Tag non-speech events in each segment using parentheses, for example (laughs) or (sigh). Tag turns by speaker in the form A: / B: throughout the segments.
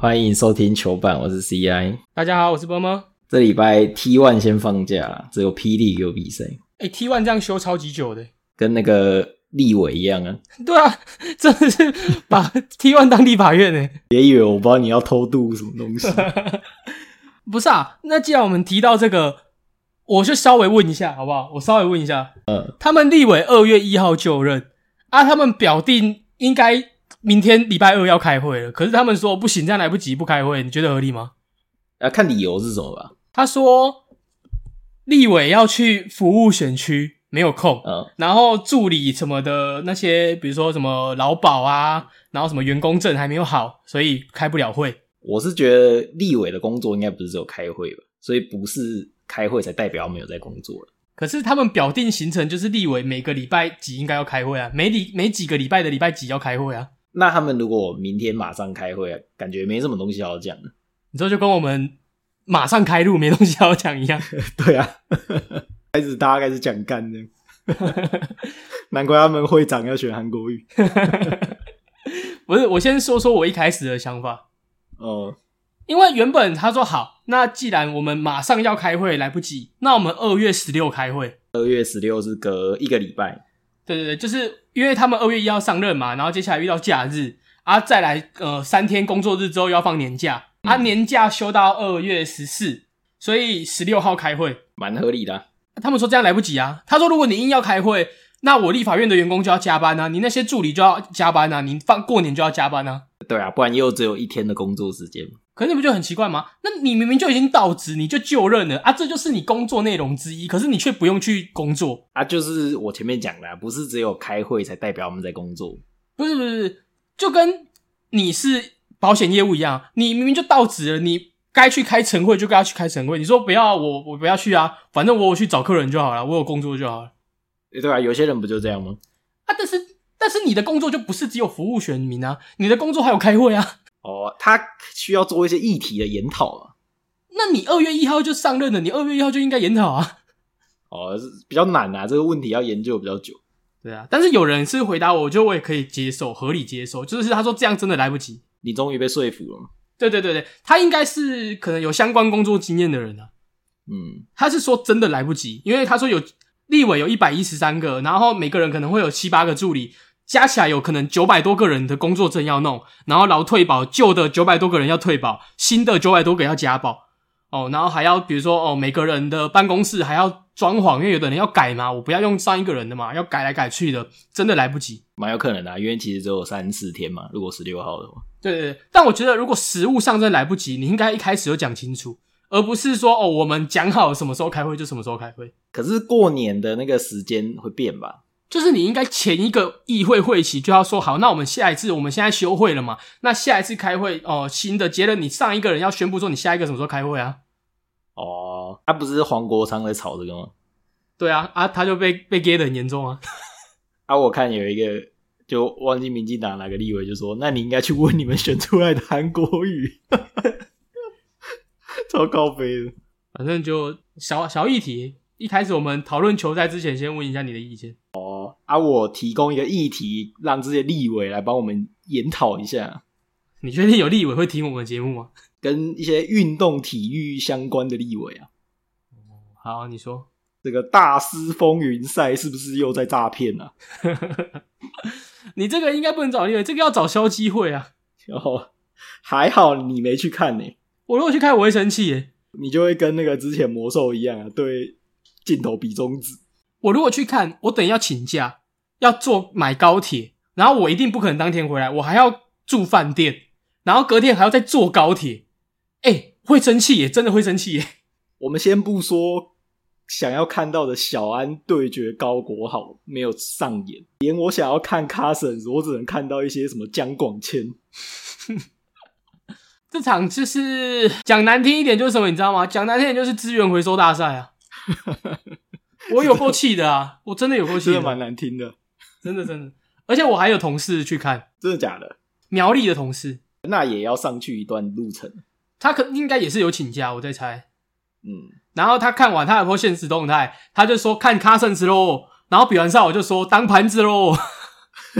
A: 欢迎收听球板，我是 CI。
B: 大家好，我是波波。
A: 这礼拜 T One 先放假啦，只有霹雳有比赛，
B: 哎、t One 这样修超级久的， (laughs)
A: 跟那个立委一样啊。
B: 对啊， (laughs) 真的是把 T One 当立法院呢。
A: 别以为我不知道你要偷渡什么东西，
B: 不是啊，那既然我们提到这个，我就稍微问一下好不好？我稍微问一下，
A: 嗯，
B: 他们立委二月一号就任啊，他们表定应该明天礼拜二要开会了，可是他们说不行，这样来不及，不开会，你觉得合理吗？
A: 啊，看理由是什么吧。
B: 他说，立委要去服务选区，没有空。
A: 嗯，
B: 然后助理什么的那些，比如说什么劳保啊，然后什么员工证还没有好，所以开不了会。
A: 我是觉得立委的工作应该不是只有开会吧，所以不是开会才代表他们有在工作了。
B: 可是他们表定行程就是立委每个礼拜几应该要开会啊，每礼每几个礼拜的礼拜几要开会啊。
A: 那他们如果明天马上开会、啊，感觉没什么东西好讲的。 (laughs)
B: 你知道就跟我们马上开路没东西要讲一样。 (laughs)
A: 对啊， (laughs) 开始大家开始讲干的， (laughs) 难怪他们会长要选韩国语。
B: 不是，我先说说我一开始的想法，
A: 哦、
B: 因为原本他说好，那既然我们马上要开会来不及，那我们二月十六开会。
A: 二月十六是隔一个礼拜，
B: 对对对，就是因为他们二月一号上任嘛，然后接下来遇到假日啊，再来呃三天工作日之后又要放年假、啊，年假休到二月十四，所以十六号开会。
A: 蛮合理的啊、
B: 他们说这样来不及啊，他说如果你硬要开会，那我立法院的员工就要加班啊，你那些助理就要加班啊，你放过年就要加班啊。
A: 对啊，不然又只有一天的工作时间。
B: 可是你不觉得很奇怪吗？那你明明就已经到职，你就就任了啊，这就是你工作内容之一，可是你却不用去工作，
A: 啊，就是我前面讲的、啊，不是只有开会才代表他们在工作。
B: 不是不是，不是，就跟你是保险业务一样，你明明就到职了，你该去开晨会就该要去开晨会。你说不要我我不要去啊，反正我有去找客人就好了，我有工作就好了
A: 诶对啊，有些人不就这样吗？
B: 啊。但是但是你的工作就不是只有服务选民啊，你的工作还有开会啊。
A: 哦，他需要做一些议题的研讨啊。
B: 那你二月一号就上任了，你二月一号就应该研讨啊。
A: 哦，是比较难啊，这个问题要研究比较久。
B: 对啊，但是有人是回答我，我觉得我也可以接受，合理接受，就是他说这样真的来不及。
A: 你终于被说服了吗？
B: 对对对对，他应该是可能有相关工作经验的人啊。
A: 嗯，
B: 他是说真的来不及，因为他说有立委有一百一十三个，然后每个人可能会有七八个助理，加起来有可能九百多个人的工作证要弄，然后劳退保旧的九百多个人要退保，新的九百多个要加保哦，然后还要比如说哦每个人的办公室还要装潢，因为有的人要改嘛，我不要用上一个人的嘛，要改来改去的，真的来不及。
A: 蛮有可能的、啊，因为其实只有三四天嘛。如果十六号的话，
B: 对对对，但我觉得如果实物上真的来不及，你应该一开始就讲清楚，而不是说哦我们讲好什么时候开会就什么时候开会。
A: 可是过年的那个时间会变吧？
B: 就是你应该前一个议会会期就要说好，那我们下一次我们现在休会了嘛？那下一次开会哦、新的结论你上一个人要宣布说你下一个什么时候开会啊？
A: 哦，他、不是黄国昌在吵这个吗？
B: 对啊，啊，他就被被 gay 的很严重啊。 (laughs)
A: 啊，我看有一个就忘记民进党哪个立委就说，那你应该去问你们选出来的韩国语，超高飞的。
B: 反正就小小议题，一开始我们讨论球赛之前，先问一下你的意见。
A: 啊，我提供一个议题，让这些立委来帮我们研讨一下，
B: 你确定有立委会听我们的节目吗？
A: 跟一些运动体育相关的立委啊，
B: 好，你说。
A: 这个大师风云赛是不是又在诈骗啊？
B: 你这个应该不能找立委，这个要找消基会啊。
A: 然后还好你没去看呢、
B: 我如果去开，我会生气耶。
A: 你就会跟那个之前魔兽一样啊，对镜头比中指。
B: 我如果去看，我等于要请假，要坐买高铁，然后我一定不可能当天回来，我还要住饭店，然后隔天还要再坐高铁，哎、会生气耶，真的会生气耶。 (laughs)
A: 我们先不说想要看到的小安对决高国豪没有上演，连我想要看 Cousins，我只能看到一些什么姜广谦。
B: 这场就是讲难听一点就是什么，你知道吗？讲难听一点就是资源回收
A: (laughs)
B: 大赛啊。我有够气的啊，我真的有够
A: (laughs)
B: 气
A: 真
B: 的
A: 的，蛮难听的，
B: 真的真的。而且我还有同事去看
A: 真的假的？
B: 苗栗的同事，
A: 那也要上去一段路程。
B: 他可应该也是有请假，我在猜。
A: 嗯， (laughs)
B: 然后他看完，他有 po 现实动态，他就说看 Cousins 咯，然后比完赛我就说当盘子咯。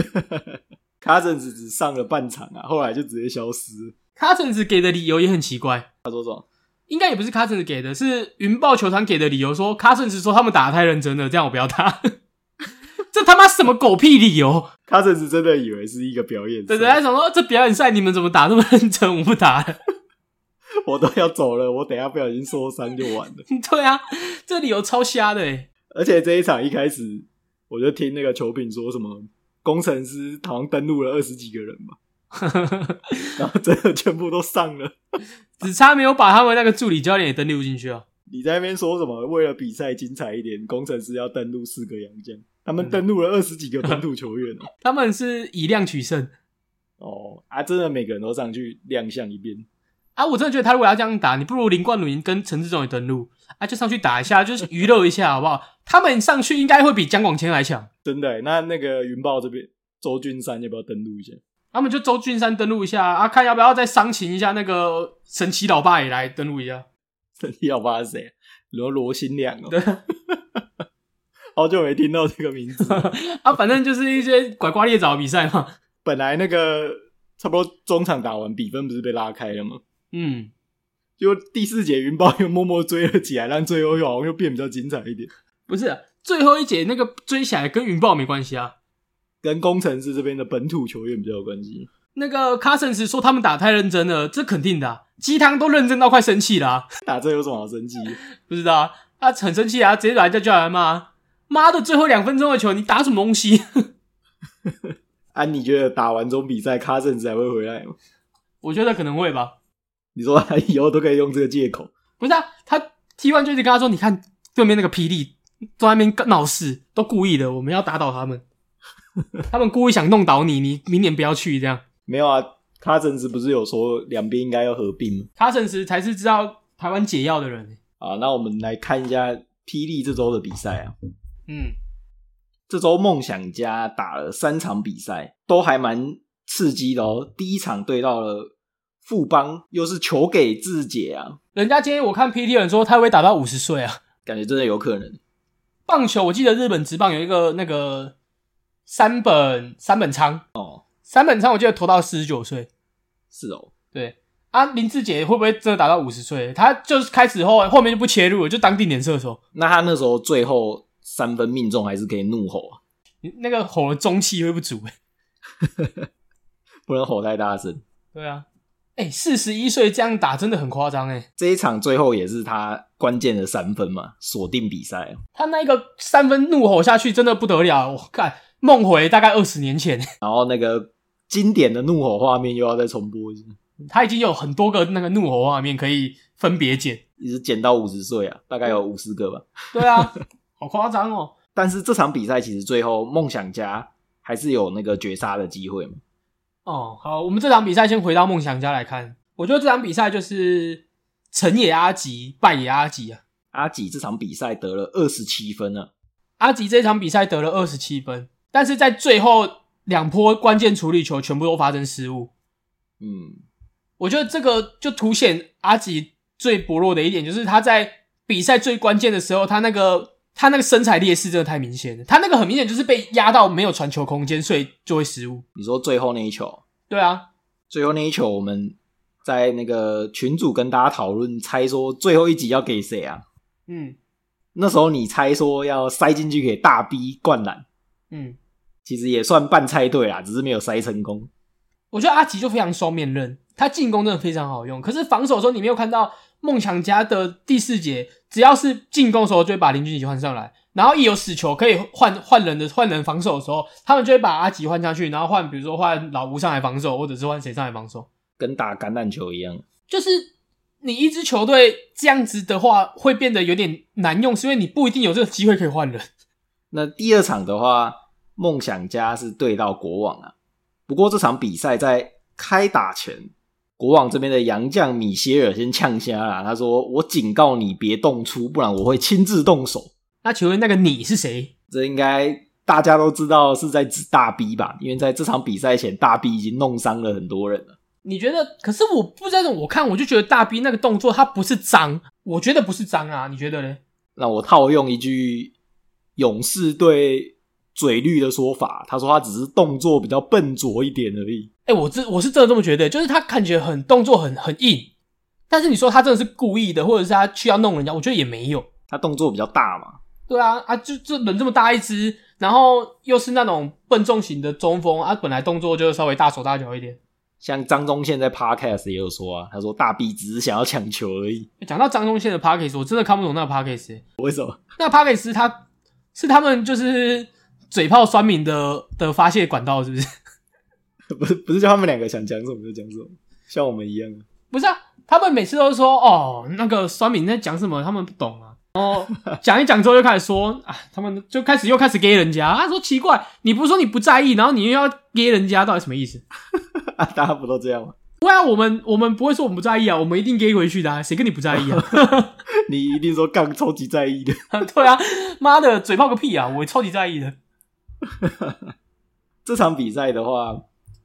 B: (laughs)
A: Cousins 只上了半场啊，后来就直接消失了。
B: Cousins 给的理由也很奇怪，
A: 他说什么？
B: 应该也不是 Cousins 给的，是云豹球团给的理由说 Cousins 说他们打得太认真了，这样我不要打。 (laughs) 这他妈什么狗屁理由？
A: 他甚至真的以为是一个表演
B: 对
A: 赛，
B: 对，他想说这表演赛你们怎么打那么认真，我不打了。 (laughs)
A: 我都要走了，我等一下不小心受伤就完了。
B: 对啊，这理由超瞎的欸诶
A: 而且这一场一开始，我就听那个球评说什么工程师好像登录了二十几个人吧，然后真的全部都上了。
B: (laughs) 只差没有把他们那个助理教练也登录进去啊。
A: 你在那边说什么？为了比赛精彩一点，工程师要登录四个洋将，他们登录了二十几个本土球员哦、
B: 他们是以量取胜
A: 哦啊，真的每个人都上去亮相一遍。
B: 啊！我真的觉得他如果要这样打，你不如林冠伦跟陈志忠也登录啊，就上去打一下，就是娱乐一下，好不好？他们上去应该会比江广谦还强，
A: 真的欸、那那个云豹这边，周俊山要不要登录一下？
B: 他们就周俊山登录一下啊，看要不要再伤情一下那个神奇老爸也来登录一下。
A: 神奇老爸是谁啊？然后罗新亮哦、
B: 对
A: (laughs) 好久没听到这个名字。
B: 啊，反正就是一些拐瓜裂枣的比赛嘛。
A: 本来那个差不多中场打完，比分不是被拉开了吗？
B: 嗯，
A: 结果第四节云豹又默默追了起来，让最后又好像又变比较精彩一点。
B: 不是啊、最后一节那个追起来跟云豹没关系啊。
A: 跟工程师这边的本土球员比较有关系。
B: 那个 Cousins 说他们打太认真了，这肯定的、啊，鸡汤都认真到快生气了、啊，
A: 打这有什么好生气？
B: 不知道啊，他很生气啊，直接把人家叫来骂，妈的，最后两分钟的球你打什么东西？ (laughs)
A: 啊，你觉得打完这种比赛，卡甚至还会回来吗？
B: 我觉得可能会吧，
A: 你说他以后都可以用这个借口？
B: 不是啊，他踢完就一直跟他说，你看对面那个霹雳都在那边闹事，都故意的，我们要打倒他 (laughs) 们，他们故意想弄倒你，你明年不要去这样。
A: 没有啊，卡甚至不是有说两边应该要合并吗？
B: Cousins 才是知道台湾解药的人，
A: 啊，那我们来看一下霹雳这周的比赛啊。
B: 嗯，
A: 这周梦想家打了三场比赛，都还蛮刺激的哦。第一场对到了富邦，又是球给自解啊，
B: 人家今天我看 PT 人说他会打到五十岁啊。
A: 感觉真的有可能。
B: 棒球，我记得日本职棒有一个那个三本三本仓哦，三本仓我记得投到四十九岁，
A: 是哦，
B: 对啊，林志杰会不会真的打到五十岁？他就是开始后后面就不切入了，就当定点射手，
A: 那他那时候最后三分命中还是可以怒吼啊，
B: 那个吼的中气会不足、欸、
A: 不能吼太大声。
B: 对啊，哎、四十一岁这样打真的很夸张哎，
A: 这一场最后也是他关键的三分嘛，锁定比赛啊。
B: 他那个三分怒吼下去真的不得了，我看梦回大概二十年前，
A: 然后那个经典的怒吼画面又要再重播一次，
B: 他已经有很多个那个怒吼画面可以分别剪，
A: 一直减到五十岁啊，大概有五十个吧。
B: 对啊，好夸张哦。
A: 但是这场比赛其实最后梦想家还是有那个绝杀的机会嘛。
B: 哦，好，我们这场比赛先回到梦想家来看，我觉得这场比赛就是成也阿吉，败也阿吉啊。
A: 阿吉这场比赛得了二十七分啊，
B: 阿吉这场比赛得了二十七分，但是在最后两波关键处理球全部都发生失误，
A: 嗯，
B: 我觉得这个就凸显阿吉最薄弱的一点，就是他在比赛最关键的时候，他那个他那个身材劣势真的太明显了，他那个很明显就是被压到没有传球空间，所以就会失误。
A: 你说最后那一球，
B: 对啊，
A: 最后那一球我们在那个群组跟大家讨论猜说最后一集要给谁啊？
B: 嗯
A: 那时候你猜说要塞进去给大 B 灌篮，
B: 嗯，
A: 其实也算半猜对啦，只是没有塞成功。
B: 我觉得阿吉就非常双面刃，他进攻真的非常好用，可是防守的时候你没有看到梦想家的第四节，只要是进攻的时候就会把林俊杰换上来，然后一有死球可以换换人的换人防守的时候，他们就会把阿吉换下去，然后换比如说换老吴上来防守，或者是换谁上来防守，
A: 跟打橄榄球一样，
B: 就是你一支球队这样子的话会变得有点难用，是因为你不一定有这个机会可以换人。
A: 那第二场的话，梦想家是对到国王啊。不过这场比赛在开打前，国王这边的洋将米歇尔先呛瞎啦，他说：“我警告你别动粗，不然我会亲自动手。
B: 那请问那个你是谁？”
A: 这应该大家都知道是在指大 B 吧？因为在这场比赛前，大 B 已经弄伤了很多人了。
B: 你觉得？可是我不知道，我看我就觉得大 B 那个动作他不是脏，我觉得不是脏啊，你觉得嘞？
A: 那我套用一句勇士队嘴绿的说法，他说他只是动作比较笨拙一点而已。
C: 哎、我这我是真的这么觉得，就是他看起来很动作很很硬，但是你说他真的是故意的，或者是他去要弄人家，我觉得也没有。
A: 他动作比较大嘛，
C: 对啊，啊，就这人这么大一只，然后又是那种笨重型的中锋啊，本来动作就稍微大手大脚一点。
A: 像张忠宪在 Podcast 也有说啊，他说大 B 只是想要抢球而已。 (laughs)
B: 讲到张忠宪的 p a c k a g e 我真的看不懂那个 p a c k a g e
C: 欸
A: 为什么？
B: 那 p a c k a g e 他是他们就是嘴炮酸民的的发泄管道，是不是？
A: 不是不是叫他们两个想讲什么就讲什么，像我们一样 (laughs) 啊。
B: 不是啊，他们每次都说哦，那个酸民在讲什么，他们不懂啊。然后讲一讲之后，就开始说啊，他们就开始又开始 gay 人家。他、啊、说奇怪，你不是说你不在意，然后你又要 gay 人家，到底什么意思？
A: 啊，大家不都这样吗？ (laughs)
B: 不会啊，我们我们不会说我们不在意啊，我们一定 gay 回去的、啊。谁跟你不在意啊？
A: 你一定说杠超级在意的。 (laughs)
B: 对啊，妈的，嘴炮个屁啊！我超级在意的。
A: 这场比赛的话，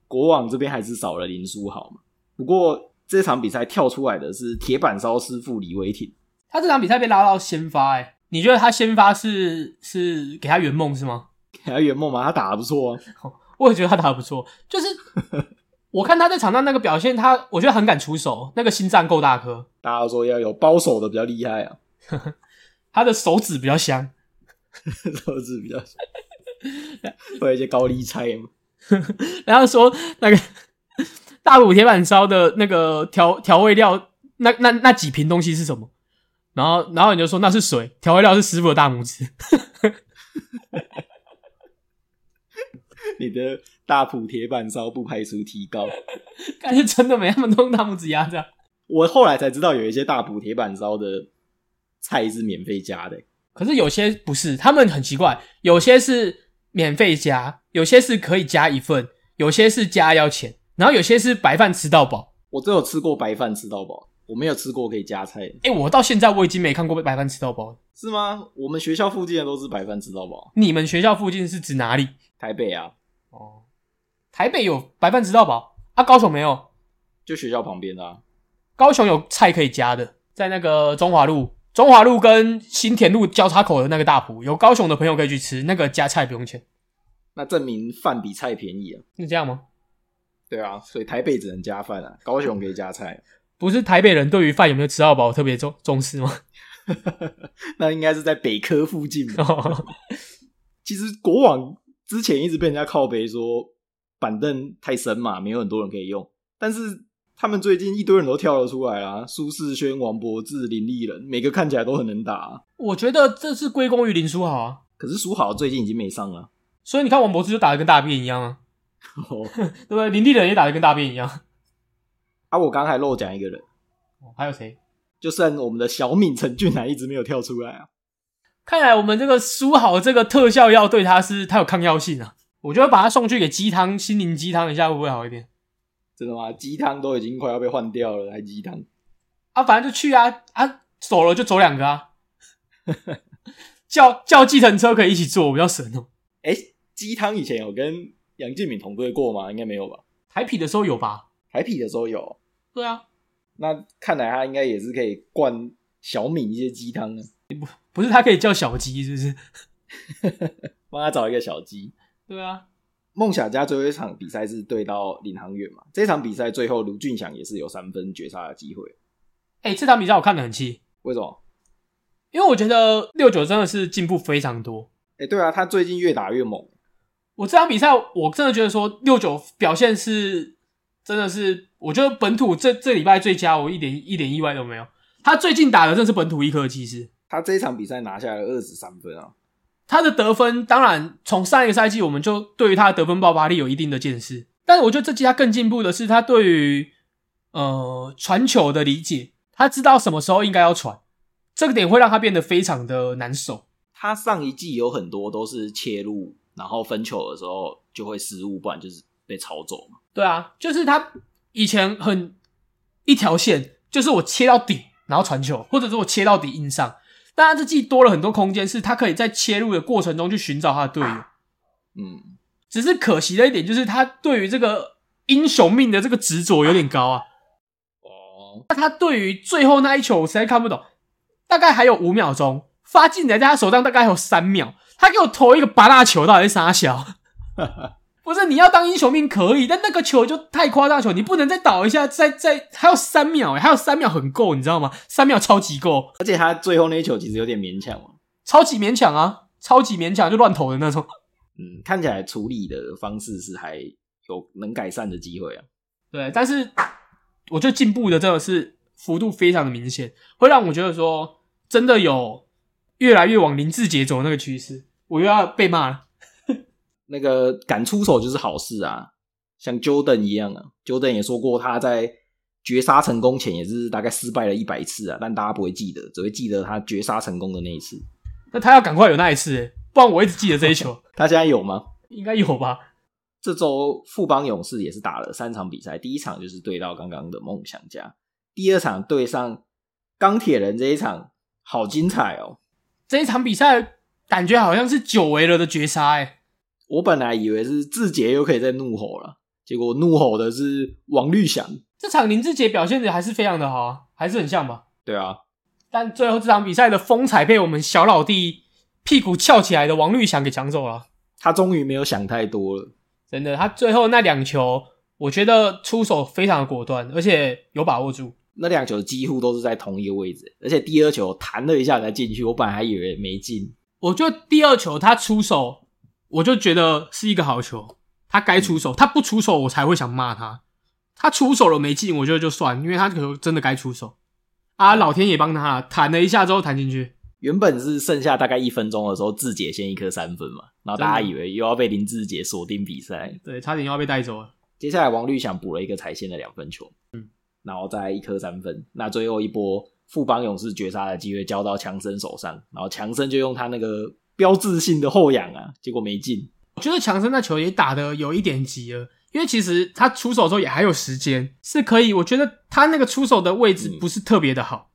A: 国网这边还是少了林书豪嘛。不过这场比赛跳出来的是铁板烧师傅李维挺，
B: 他这场比赛被拉到先发、欸，哎，你觉得他先发是是给他圆梦是吗？
A: 给他圆梦嘛，他打的不错啊。
B: 我也觉得他打得不错，就是我看他在场上那个表现，他我觉得很敢出手，那个心脏够大颗，
A: 大家都说要有包手的比较厉害啊， (laughs)
B: 他的手指比较香。
A: 手指比较小，会有一些高利差嘛。
B: 然后说那个 (laughs) 大埔铁板烧的那个调调味料，那那那几瓶东西是什么？然后然后你就说那是水，调味料是师傅的大拇指。 (laughs)
A: 你的大埔铁板烧不排除提高。
B: 感觉真的没他们都用大拇指压着，
A: 我后来才知道有一些大埔铁板烧的菜是免费加的、
B: 可是有些不是，他们很奇怪，有些是免费加，有些是可以加一份，有些是加要钱，然后有些是白饭吃到饱。
A: 我只有吃过白饭吃到饱，我没有吃过可以加菜的，
B: 哎、我到现在我已经没看过白饭吃到饱了。
A: 是吗？我们学校附近的都是白饭吃到饱，
B: 你们学校附近是指哪里？
A: 台北啊，
B: 哦，台北有白饭吃到饱啊，高雄没有，
A: 就学校旁边的、啊。
B: 高雄有菜可以加的，在那个中华路。中华路跟新田路交叉口的那个大埔，有高雄的朋友可以去吃，那个加菜不用钱，
A: 那证明饭比菜便宜啊。
B: 是这样吗？
A: 对啊，所以台北只能加饭啊，高雄可以加菜。 (laughs)
B: 不是台北人对于饭有没有吃到饱特别重重视吗？ (laughs)
A: 那应该是在北科附近吧。
B: 哦
A: 其实国网之前一直被人家靠背说板凳太深嘛，没有很多人可以用，但是。他们最近一堆人都跳了出来啦，苏世轩、王柏志、林立人，每个看起来都很能打啊、
B: 我觉得这是归功于林书豪啊，
A: 可是书豪最近已经没上了，
B: 所以你看王柏芝就打得跟大便一样啊，对不对？林地人也打得跟大便一样。
A: 哦啊，我刚才漏讲一个人，
B: 哦还有谁？
A: 就剩我们的小敏陈俊南一直没有跳出来啊。
B: 看来我们这个书豪这个特效药对他是他有抗药性啊，我觉得把他送去给鸡汤心灵鸡汤一下会不会好一点？
A: 真的吗？鸡汤都已经快要被换掉了，还鸡汤？
B: 啊，反正就去啊啊，走了就走两个 (laughs) 啊，叫叫计程车可以一起坐，我比较省哦。
A: 哎、鸡汤以前有跟杨敬敏同队过吗？应该没有吧？
B: 台啤的时候有吧？
A: 台啤的时候有，
B: 对啊，
A: 那看来他应该也是可以灌小敏一些鸡汤的，
B: 不是他可以叫小鸡是不是？
A: 帮他找一个小鸡。
B: 对啊，
A: 梦想家最后一场比赛是对到领航员嘛？这场比赛最后卢俊祥也是有三分绝杀的机会，
B: 哎、这场比赛我看得很气，
A: 为什么？
B: 因为我觉得六九真的是进步非常多。
A: 哎、对啊，他最近越打越猛，
B: 我这场比赛我真的觉得说六九表现是真的是，我觉得本土这这礼拜最佳，我一点一点意外都没有。他最近打的真是本土一科技师，
A: 他这一场比赛拿下了二十三分啊，
B: 他的得分当然从上一个赛季我们就对于他的得分爆发力有一定的见识，但是我觉得这季他更进步的是他对于呃传球的理解，他知道什么时候应该要传，这个点会让他变得非常的难守。
A: 他上一季有很多都是切入，然后分球的时候就会失误，不然就是被抄走嘛。
B: 对啊，就是他以前很一条线，就是我切到底，然后传球，或者是我切到底硬上。但他这季多了很多空间，是他可以在切入的过程中去寻找他的队友。
A: 嗯，
B: 只是可惜的一点就是，他对于这个英雄命的这个执着有点高啊。
A: 哦，
B: 那他对于最后那一球，我实在看不懂，大概还有五秒钟，发进来在他手上大概还有三秒，他给我投一个拔蜡球，到底是啥小？不是你要当英雄命可以，但那个球就太夸张球，你不能再倒一下，再再还有三秒、欸，还有三秒很够，你知道吗？三秒超级够，
A: 而且他最后那一球其实有点勉强嘛，
B: 超级勉强啊，超级勉强就乱投的那种。
A: 嗯，看起来处理的方式是还有能改善的机会啊。
B: 对，但是我觉得进步的真的是幅度非常的明显，会让我觉得说真的有越来越往林志杰走的那个趋势。我又要被骂了，
A: 那个敢出手就是好事啊，像 Jordan 一样啊，Jordan 也说过他在绝杀成功前也是大概失败了一百次啊，但大家不会记得，只会记得他绝杀成功的那一次。
B: 那他要赶快有那一次、欸，不然我一直记得这一球，
A: 他现在有吗？
B: 应该有吧？
A: 这周富邦勇士也是打了三场比赛，第一场就是对到刚刚的梦想家，第二场对上钢铁人这一场好精彩哦！
B: 这一场比赛感觉好像是久违了的绝杀、欸，哎，
A: 我本来以为是志杰又可以再怒吼了，结果怒吼的是王绿翔。
B: 这场林志杰表现的还是非常的好啊，还是很像吧？
A: 对啊，
B: 但最后这场比赛的风采被我们小老弟屁股翘起来的王绿翔给抢走了。
A: 他终于没有想太多了。
B: 真的，他最后那两球，我觉得出手非常的果断，而且有把握住。
A: 那两球几乎都是在同一个位置，而且第二球弹了一下才进去，我本来还以为没进。
B: 我就第二球他出手，我就觉得是一个好球，他该出手，他不出手我才会想骂他。他出手了没进，我觉得就算，因为他可能真的该出手啊，老天爷帮他了，弹了一下之后弹进去。
A: 原本是剩下大概一分钟的时候，志杰先一颗三分嘛，然后大家以为又要被林志杰锁定比赛。
B: 对，差点又要被带走了。
A: 接下来王绿翔补了一个踩线的两分球，嗯，然后再一颗三分。那最后一波富邦勇士绝杀的机会交到强森手上，然后强森就用他那个标志性的后仰啊，结果没进。
B: 我觉得强森那球也打的有一点急了，因为其实他出手之后也还有时间，是可以。我觉得他那个出手的位置不是特别的好，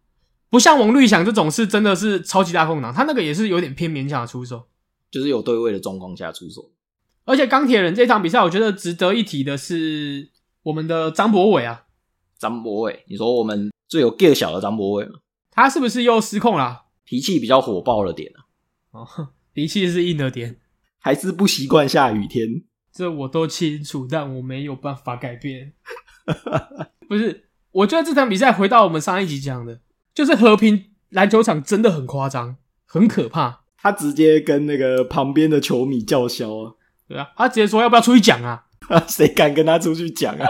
B: 不像王绿翔这种是真的是超级大空档，他那个也是有点偏勉强的出手。
A: 就是有对位的状况下出手，
B: 而且钢铁人这场比赛，我觉得值得一提的是我们的张博伟啊，
A: 张博伟，你说我们最有 g e 小的张博伟嘛，
B: 他是不是又失控啦、
A: 脾气比较火爆了点啊，
B: 哦，脾气是硬了点，
A: 还是不习惯下雨天。
B: 这我都清楚，但我没有办法改变。 (laughs) 不是，我觉得这场比赛回到我们上一集讲的，就是和平篮球场真的很夸张，很可怕，
A: 他直接跟那个旁边的球迷叫嚣啊， (laughs)
B: 对啊，他直接说要不要出去讲啊？
A: 谁敢跟他出去讲啊？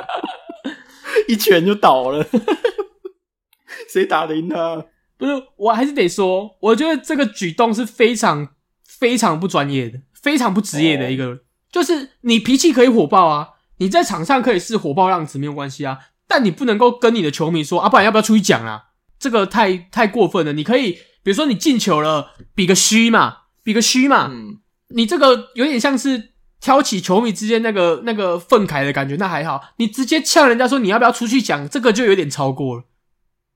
A: (laughs) 一拳就倒了， (laughs) 谁打得赢他？
B: 不是，我还是得说，我觉得这个举动是非常非常不专业的，非常不职业的一个。就是你脾气可以火爆啊，你在场上可以是火爆浪子没有关系啊，但你不能够跟你的球迷说啊，不然要不要出去讲啊？这个太太过分了。你可以比如说你进球了，比个虚嘛，比个虚嘛，
A: 嗯，
B: 你这个有点像是挑起球迷之间那个那个愤慨的感觉，那还好。你直接呛人家说你要不要出去讲，这个就有点超过了。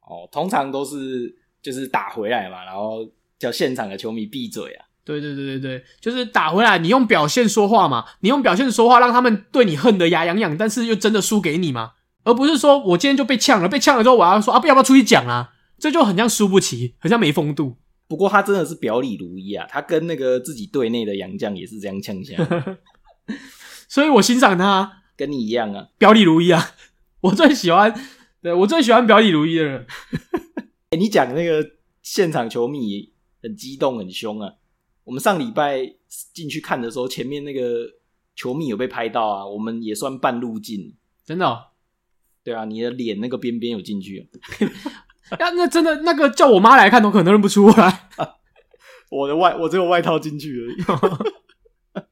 A: 哦，通常都是就是打回来嘛，然后叫现场的球迷闭嘴啊。
B: 对对对对对，就是打回来，你用表现说话嘛，你用表现说话让他们对你恨得牙痒痒，但是又真的输给你嘛，而不是说我今天就被呛了，被呛了之后我要说啊，不要不要出去讲啊，这就很像输不起，很像没风度。
A: 不过他真的是表里如一啊，他跟那个自己队内的杨将也是这样呛下， (laughs)
B: 所以我欣赏他
A: 跟你一样啊。
B: 表里如一啊，我最喜欢，对我最喜欢表里如一的人。
A: 哎、你讲那个现场球迷很激动很凶啊，我们上礼拜进去看的时候，前面那个球迷有被拍到啊，我们也算半路进。
B: 真的、哦，
A: 对啊，你的脸那个边边有进去啊、
B: 那那真的那个叫我妈来看，都可能认不出来。 (laughs)
A: 我的外，我只有外套进去而已。 (laughs)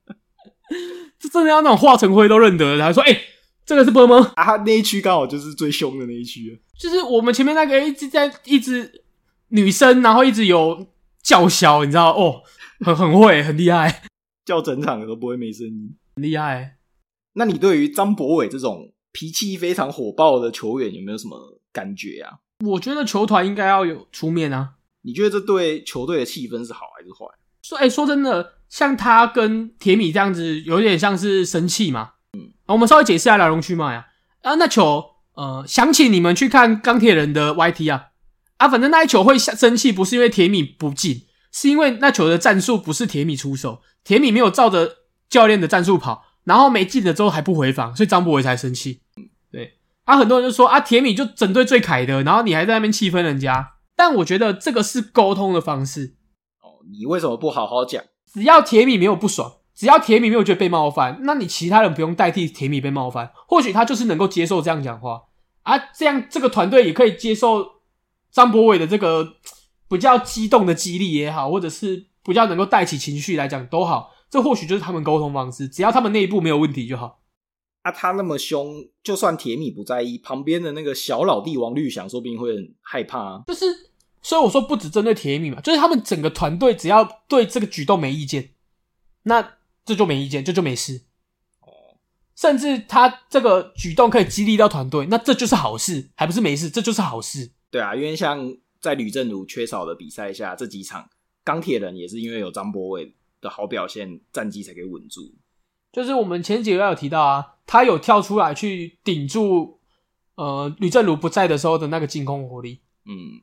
B: 这真的要那种化成灰都认得的，还说哎、欸这个是波吗？
A: 啊，他那一区刚好就是最凶的那一区。啊
B: 就是我们前面那个一直在一直女生，然后一直有叫嚣，你知道哦，很很会，很厉害，
A: 叫整场都不会没声音。
B: 很厉害。
A: 那你对于张博伟这种脾气非常火爆的球员有没有什么感觉啊？
B: 我觉得球团应该要有出面啊。
A: 你觉得这对球队的气氛是好还是坏？
B: 说哎、说真的，像他跟铁米这样子，有点像是生气嘛。嗯，我们稍微解释一下来龙去脉啊。啊，那球，呃，想请你们去看钢铁人的 YT 啊。啊，反正那一球会生气，不是因为铁米不进，是因为那球的战术不是铁米出手，铁米没有照着教练的战术跑，然后没进了之后还不回防，所以张博维才生气。
D: 对，
B: 啊，很多人就说啊，铁米就整队最凯的，然后你还在那边气愤人家，但我觉得这个是沟通的方式。
A: 哦，你为什么不好好讲？
B: 只要铁米没有不爽，只要铁米没有觉得被冒犯，那你其他人不用代替铁米被冒犯。或许他就是能够接受这样讲话啊，这样这个团队也可以接受张博伟的这个比较激动的激励也好，或者是比较能够带起情绪来讲都好，这或许就是他们沟通方式。只要他们内部没有问题就好。
A: 啊，他那么凶，就算铁米不在意，旁边的那个小老弟王绿想，说不定会很害怕、啊。
B: 就是所以我说不只针对铁米嘛，就是他们整个团队只要对这个举动没意见，那这就没意见，这就没事。甚至他这个举动可以激励到团队，那这就是好事，还不是没事，这就是好事。
A: 对啊，因为像在吕正如缺少的比赛下，这几场钢铁人也是因为有张博伟的好表现，战绩才给稳住。
B: 就是我们前几个月有提到啊，他有跳出来去顶住呃吕正如不在的时候的那个进攻火力。
A: 嗯，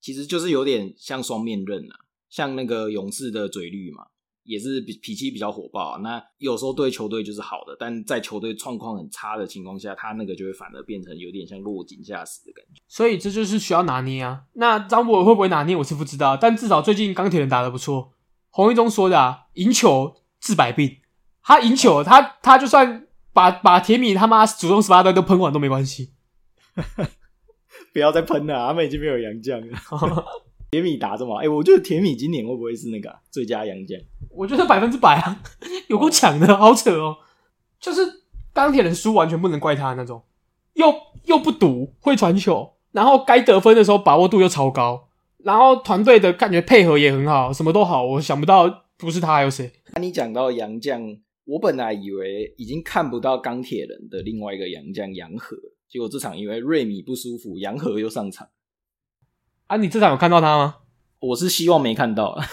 A: 其实就是有点像双面刃啊，像那个勇士的嘴绿嘛，也是比脾气比较火爆、啊。那有时候对球队就是好的，但在球队状况很差的情况下，他那个就会反而变成有点像落井下石的感觉。
B: 所以这就是需要拿捏啊。那张博伟会不会拿捏，我是不知道，但至少最近钢铁人打得不错。洪一中说的啊，赢球治百病。他赢球，他他就算把把铁米他妈祖宗十八代都喷完都没关系。
A: 不要再喷了、啊，他们已经没有洋将了。铁米打这么好，哎、我觉得铁米今年会不会是那个啊、最佳洋将？
B: 我觉得百分之百啊， (laughs) 有够强的，好扯哦。就是钢铁人输完全不能怪他那种，又又不赌，会传球，然后该得分的时候把握度又超高，然后团队的感觉配合也很好，什么都好。我想不到不是他还有谁。
A: 那你讲到杨将，我本来以为已经看不到钢铁人的另外一个杨将杨和，结果这场因为瑞米不舒服，杨和又上场。
B: 啊，你这场有看到他吗？
A: 我是希望没看到啊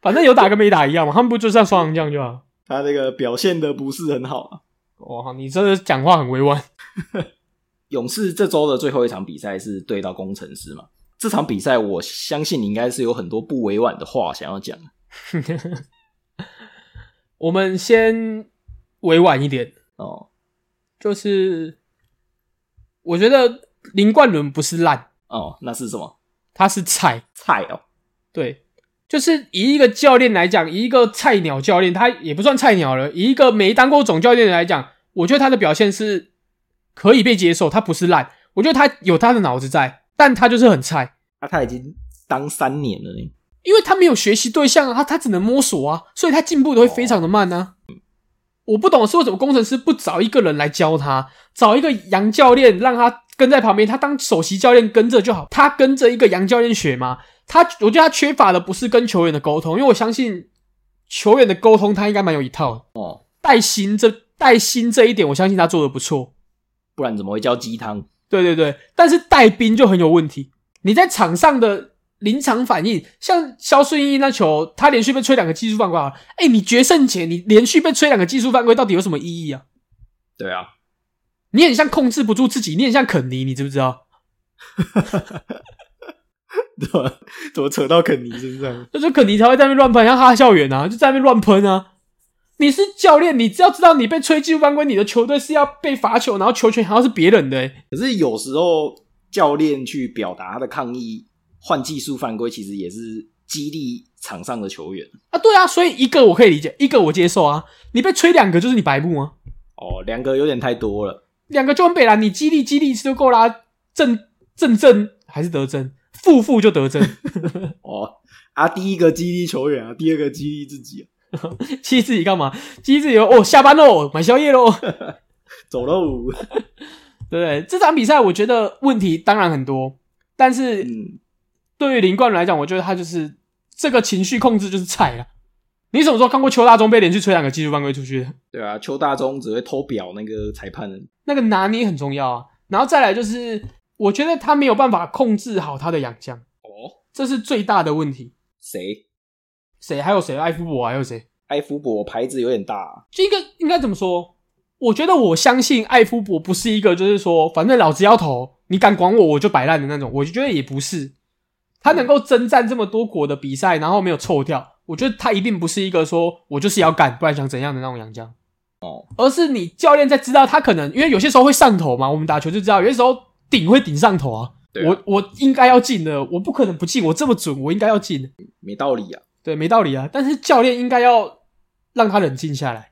B: 反正有打跟没打一样嘛，他们不就是像双人将就好。
A: (laughs) 他这个表现的不是很好、啊。
B: 哇，你真的讲话很委婉。 (laughs)
A: 勇士这周的最后一场比赛是对到工程师嘛？这场比赛我相信你应该是有很多不委婉的话想要讲。
B: 我们先委婉一点，
A: 哦
B: 就是我觉得林冠伦不是烂，
A: 哦，那是什么
B: 他是菜。
A: 菜哦？
B: 对，就是以一个教练来讲，以一个菜鸟教练，他也不算菜鸟了。以一个没当过总教练的来讲，我觉得他的表现是可以被接受，他不是烂。我觉得他有他的脑子在，但他就是很菜，
A: 啊，他已经当三年了呢。
B: 因为他没有学习对象啊，他他只能摸索啊，所以他进步的会非常的慢啊。我不懂是为什么工程师不找一个人来教他，找一个洋教练让他跟在旁边，他当首席教练跟着就好，他跟着一个洋教练学嘛。他我觉得他缺乏的不是跟球员的沟通，因为我相信球员的沟通他应该蛮有一套的。
A: 哦，
B: 带薪这带薪这一点，我相信他做的不错。
A: 不然怎么会叫鸡汤？
B: 对对对，但是带兵就很有问题。你在场上的临场反应，像肖顺义那球，他连续被吹两个技术犯规好了，哎，你决胜前你连续被吹两个技术犯规，到底有什么意义啊？
A: 对啊，
B: 你很像控制不住自己，你很像肯尼，你知不知道？
A: 怎么怎么扯到肯尼身上？
B: 就是肯尼才会在那边乱喷，像哈校园啊，就在那边乱喷啊。你是教练，你只要知道你被吹技术犯规，你的球队是要被罚球，然后球权还要是别人的、欸。
A: (laughs) 可是有时候教练去表达他的抗议，换技术犯规，其实也是激励场上的球员。
B: 啊，对啊，所以一个我可以理解，一个我接受啊。你被吹两个就是你白目啊，
A: 哦，两个有点太多了。
B: 两个就很北蓝，你激励激励一次就够啦。正正正还是得正，负负就得正。
A: 哦，啊，第一个激励球员啊，第二个激励自己、啊，
B: 激自己干嘛？激自己哦，下班喽，买宵夜喽，
A: 走喽。
B: 对不对？这场比赛我觉得问题当然很多，但是
A: 嗯，
B: 对于林冠伦来讲，我觉得他就是这个情绪控制就是菜了。你什么时候看过邱大中被连续吹两个技术犯规出去的？
A: 对啊，邱大中只会偷表那个裁判人。
B: 那个拿捏很重要啊。然后再来就是，我觉得他没有办法控制好他的洋将，
A: 哦，
B: 这是最大的问题。
A: 谁？
B: 谁还有谁？艾夫伯还有谁？
A: 埃夫伯牌子有点大、啊。
B: 就一个应该怎么说？我觉得我相信艾夫伯不是一个，就是说，反正老子要投，你敢管我，我就摆烂的那种。我就觉得也不是，他能够征战这么多国的比赛，然后没有臭掉，我觉得他一定不是一个说我就是要干，不然想怎样的那种洋将。
A: 哦，
B: 而是你教练在知道他可能，因为有些时候会上头嘛，我们打球就知道，有些时候顶会顶上头啊。
A: 对啊
B: 我我应该要进的，我不可能不进，我这么准，我应该要进。
A: 没道理啊。
B: 对，没道理啊。但是教练应该要让他冷静下来。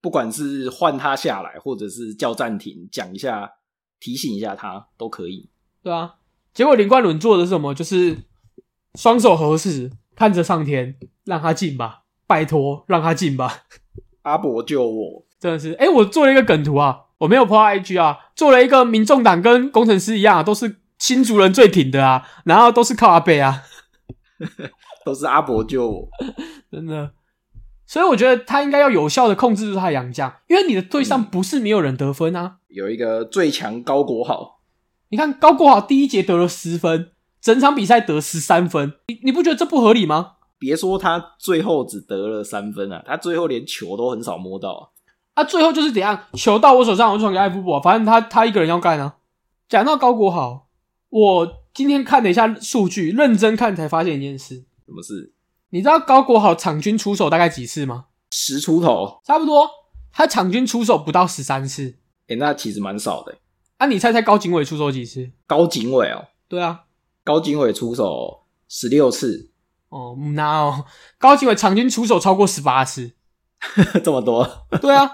A: 不管是换他下来，或者是叫暂停，讲一下，提醒一下他都可以。
B: 对啊，结果林冠伦做的是什么？就是双手合十，看着上天，让他进吧，拜托，让他进吧。 (laughs)
A: 阿伯救我，
B: 真的是，哎、我做了一个梗图啊，我没有 po 到 IG 啊，做了一个民众党跟工程师一样、啊，都是新族人最挺的啊，然后都是靠阿贝啊， (laughs)
A: 都是阿伯救我。
B: 真的。所以我觉得他应该要有效的控制住他的洋将，因为你的队上不是没有人得分啊。
A: 有一个最强高国豪，
B: 你看高国豪第一节得了十分，整场比赛得十三分，你你不觉得这不合理吗？
A: 别说他最后只得了三分啊，他最后连球都很少摸到啊。
B: 啊，最后就是怎样，球到我手上，我就传给艾夫伯，反正他他一个人要干啊。讲到高国豪，我今天看了一下数据，认真看才发现一件事，
A: 什么事？
B: 你知道高国豪场均出手大概几次吗？
A: 十出头，
B: 差不多，他场均出手不到十三次。
A: 诶、那其实蛮少的、
B: 啊，你猜猜高景伟出手几次？
A: 高景伟哦，
B: 对啊，
A: 高景伟出手十六次， (laughs)
B: 哦，嗯那哦，高景伟场均出手超过十八次。
A: 这么多，
B: 对啊，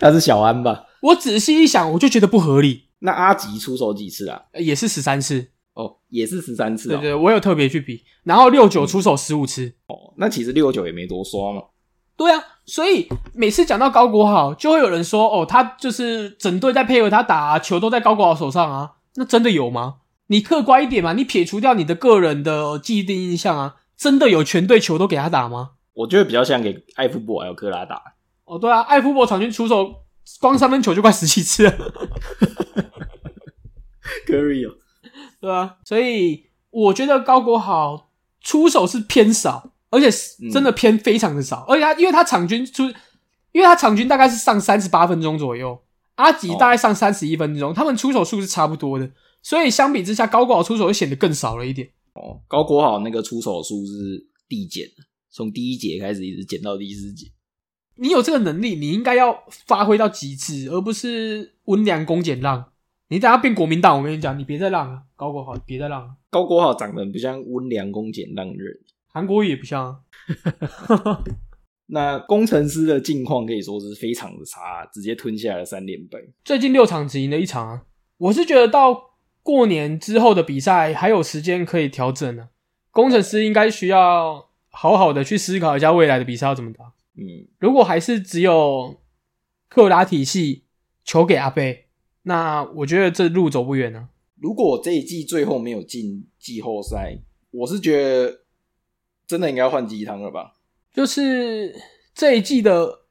A: 他是小安吧？
B: 我仔细一想，我就觉得不合理，
A: 那阿吉出手几次啊？
B: 呃也是十三次。
A: 哦，也是十三次
B: 对
A: 哦。
B: 对，我有特别去比，然后六九出手十五次，
A: 那其实六九也没多刷嘛。
B: 对啊，所以每次讲到高国豪，就会有人说哦，他就是整队在配合他打、啊，球都在高国豪手上啊，那真的有吗？你客观一点嘛，你撇除掉你的个人的既定印象啊，真的有全队球都给他打吗？
A: 我觉得比较像给艾夫伯还有克拉打， (laughs)
B: 哦，对啊，艾夫伯场均出手光三分球就快十七次了，
A: 科瑞哦，
B: 对啊，所以我觉得高国豪出手是偏少，而且是
A: 嗯
B: 真的偏非常的少，而且他因为他场均出，因为他场均大概是上三十八分钟左右，阿吉大概上三十一分钟，他们出手数是差不多的，所以相比之下，高国豪出手就显得更少了一点。
A: 哦，高国豪那个出手数是递减的，从第一节开始一直减到第四节。
B: 你有这个能力，你应该要发挥到极致，而不是温良恭俭让。你等下变国民党，我跟你讲，你别再让了，高国豪别再让了，
A: 高国豪长得很不像温良恭俭让的人。
B: 韩国瑜也不像、啊。
A: 那工程师的境况可以说是非常的差，直接吞下了三连败。
B: 最近六场只赢了一场啊。我是觉得到过年之后的比赛还有时间可以调整呢、工程师应该需要好好的去思考一下未来的比赛要怎么打。
A: 嗯，
B: 如果还是只有克拉体系球给阿贝，那我觉得这路走不远啊呢、
A: 如果这一季最后没有进季后赛，我是觉得真的应该换鸡汤了吧？
B: 就是这一季的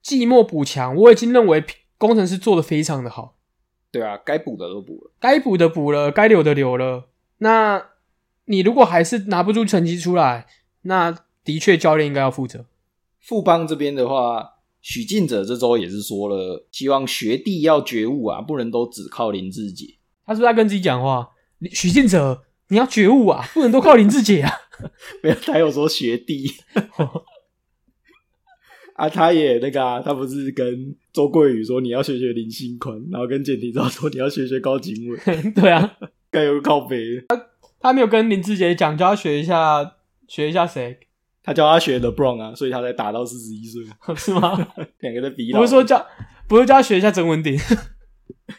B: 季末补强，我已经认为工程师做的非常的好。
A: 对啊，该补的都补了。
B: 该补的补了，该留的留了。那你如果还是拿不出成绩出来，那的确教练应该要负责。
A: 富邦这边的话，许晋哲这周也是说了，希望学弟要觉悟啊，不能都只靠林志杰。
B: 他是不是在跟自己讲话？你许晋哲，你要觉悟啊，不能都靠林志杰啊。 (laughs)
A: 没有，他有说学弟。啊，他也那个啊，他不是跟周桂宇说你要学学林心宽，然后跟简廷照说你要学学高景伟，
B: 对啊，
A: 该有个靠北，
B: 他没有跟林志杰讲，叫他学一下，学一下谁 (laughs)
A: 他教他学 LeBron 啊，所以他才打到四十一岁，
B: 是吗？
A: 两个在比老。
B: 不是说叫，不是叫他学一下曾文鼎。 (laughs)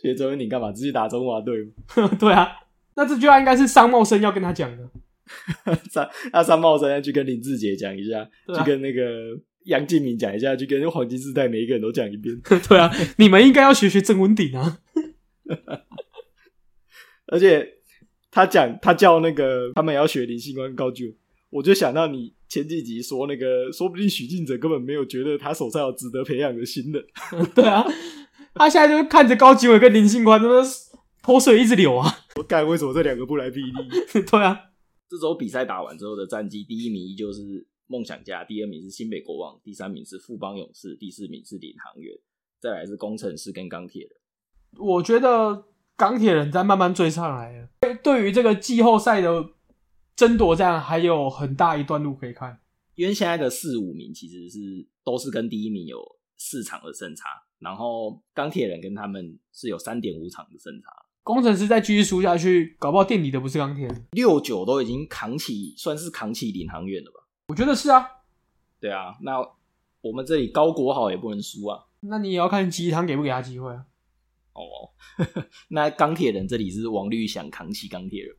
A: 学周文鼎干嘛？直接打中华队吗？ (laughs)
B: 对啊，那这句话应该是商茂生要跟他讲的。 (laughs)
A: 三那三茂三要去跟林志杰讲一下，
B: 对啊
A: 去跟那个杨敬敏讲一下，去跟黄金世代每一个人都讲一遍。
B: 对啊，你们应该要学学曾文鼎啊。 (laughs)
A: 而且他讲他叫那个他们也要学林星光高就，我就想到你前几集说那个，说不定许晋哲根本没有觉得他手上有值得培养的新人，
B: 对啊，他现在就是看着高景伟跟林信宽，他们口水一直流啊。
A: 我干为什么这两个不来比例？
B: (laughs) 对啊，
A: 这周比赛打完之后的战绩，第一名依旧是梦想家，第二名是新北国王，第三名是富邦勇士，第四名是领航员，再来是工程师跟钢铁人。
B: 我觉得钢铁人在慢慢追上来了。对于这个季后赛的争夺战还有很大一段路可以看。
A: 因为现在的四五名其实是都是跟第一名有四场的胜差，然后钢铁人跟他们是有三点五场的胜差，
B: 工程师再继续输下去，搞不好垫底的不是钢铁人。
A: 六九都已经扛起，算是扛起领航员了吧？
B: 我觉得是啊，
A: 对啊，那我们这里高国豪也不能输啊。 (laughs)
B: 那你也要看吉汤给不给他机会啊。
A: 哦，那钢铁人这里是王绿想扛起钢铁人。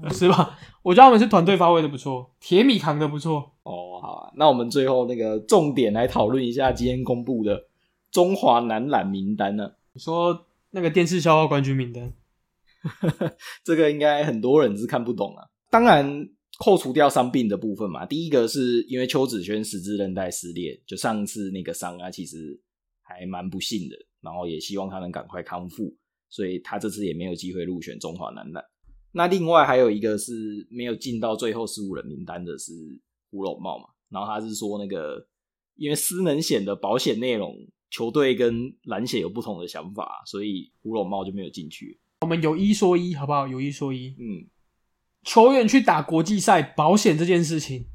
B: 不是吧？我觉得他们是团队发挥的不错，铁米扛的不错。
A: 哦，好啊，那我们最后那个重点来讨论一下今天公布的中华男篮名单呢、
B: 你说那个电视笑话冠军名单，
A: 这个应该很多人是看不懂啊。当然，扣除掉伤病的部分嘛，第一个是因为邱子轩十字韧带撕裂，就上次那个伤啊，其实还蛮不幸的，然后也希望他能赶快康复，所以他这次也没有机会入选中华男篮。那另外还有一个是没有进到最后十五人名单的是胡龙茂嘛，然后他是说那个因为私能险的保险内容，球队跟篮协有不同的想法，啊所以胡龙茂就没有进去。
B: 我们有一说一，好不好？有一说一，
A: 嗯，
B: 球员去打国际赛保险这件事情，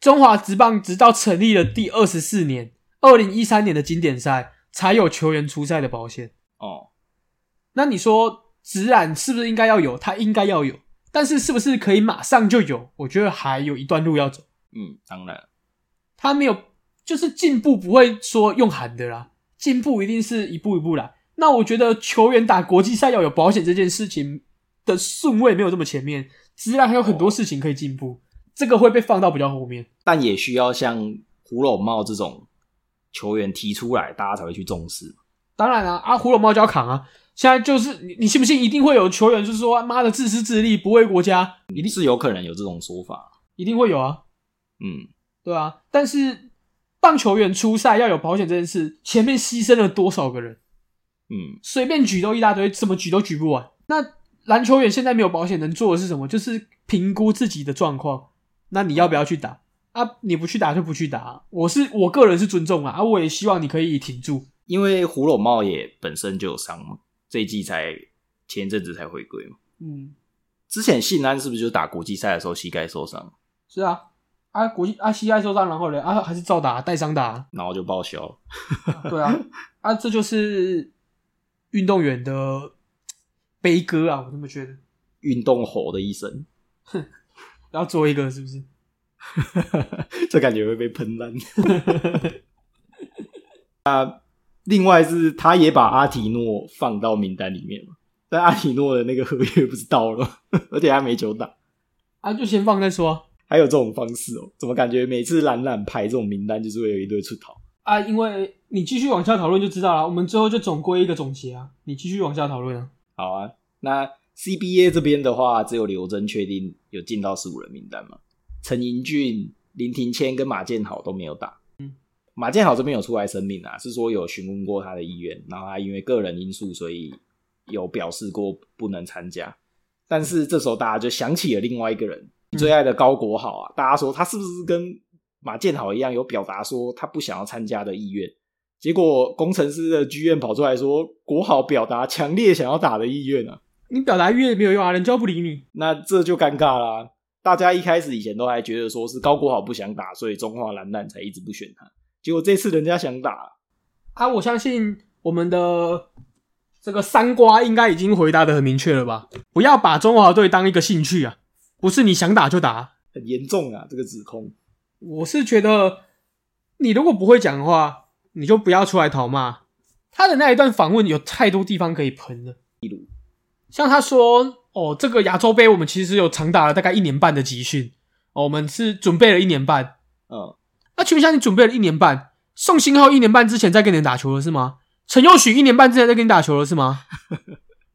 B: 中华职棒直到成立了第二十四年，二零一三年的经典赛才有球员出赛的保险。
A: 哦，
B: 那你说职染是不是应该要有？他应该要有，但是是不是可以马上就有？我觉得还有一段路要走。
A: 嗯，当然，
B: 他没有，就是进步不会说用喊的啦，进步一定是一步一步来。那我觉得球员打国际赛要有保险这件事情的顺位没有这么前面，自然还有很多事情可以进步，这个会被放到比较后面。
A: 但也需要像胡龙茂这种球员提出来，大家才会去重视。
B: 当然啊，阿胡龙猫就要扛啊。现在就是你，你信不信一定会有球员就是说，妈的自私自利，不为国家，
A: 一定是有可能有这种说法。
B: 一定会有啊，
A: 嗯，
B: 对啊。但是棒球员出赛要有保险这件事，前面牺牲了多少个人？
A: 嗯，
B: 随便举都一大堆，怎么举都举不完。那篮球员现在没有保险，能做的是什么？就是评估自己的状况。那你要不要去打啊？你不去打就不去打、啊我是我个人是尊重啊，啊，我也希望你可以挺住。
A: 因为胡龙茂也本身就有伤嘛，这一季才前一阵子才回归嘛。
B: 嗯，
A: 之前信安是不是就打国际赛的时候膝盖受伤，
B: 是啊，啊国际啊膝盖受伤，然后呢啊还是照打，带伤打啊、
A: 然后就报销了？
B: 对啊， (laughs) 啊这就是运动员的悲歌啊，我这么觉得。
A: 运动吼的一声，
B: 要做一个是不是？
A: (laughs) 这感觉会被喷烂。 (laughs) 啊，另外是他也把阿提诺放到名单里面嘛，但阿提诺的那个合约不是到了 (laughs) 吗，而且他没球打。
B: 啊就先放再说啊。
A: 还有这种方式哦？怎么感觉每次懒懒排这种名单，就是会有一堆出逃？
B: 啊，因为你继续往下讨论就知道了。我们最后就总归一个总结啊，你继续往下讨论啊。
A: 好啊，那 CBA 这边的话，只有刘真确定有进到十五人名单嘛？陈盈俊、林庭谦跟马建豪都没有打。嗯，马建豪这边有出来声明啊，是说有询问过他的意愿，然后他因为个人因素，所以有表示过不能参加。但是这时候大家就想起了另外一个人，
B: 嗯
A: 最爱的高国豪啊，大家说他是不是跟马建豪一样有表达说他不想要参加的意愿？结果工程师的剧院跑出来说，国豪表达强烈想要打的意愿啊。
B: 你表达越没有用啊，人家不理你。
A: 那这就尴尬啦、大家一开始以前都还觉得说是高国豪不想打，所以中华蓝蓝才一直不选他。结果这次人家想打，
B: 啊，我相信我们的这个三瓜应该已经回答的很明确了吧？不要把中华队当一个兴趣啊，不是你想打就打。
A: 很严重啊！这个指控，
B: 我是觉得你如果不会讲话，你就不要出来讨骂。他的那一段访问有太多地方可以喷了，例如像他说：“哦，这个亚洲杯我们其实有长达了大概一年半的集训，哦、我们是准备了一年半。
A: 嗯，
B: 那请问一下，你准备了一年半，宋新浩一年半之前在跟你打球了是吗？陈佑许一年半之前在跟你打球了是吗？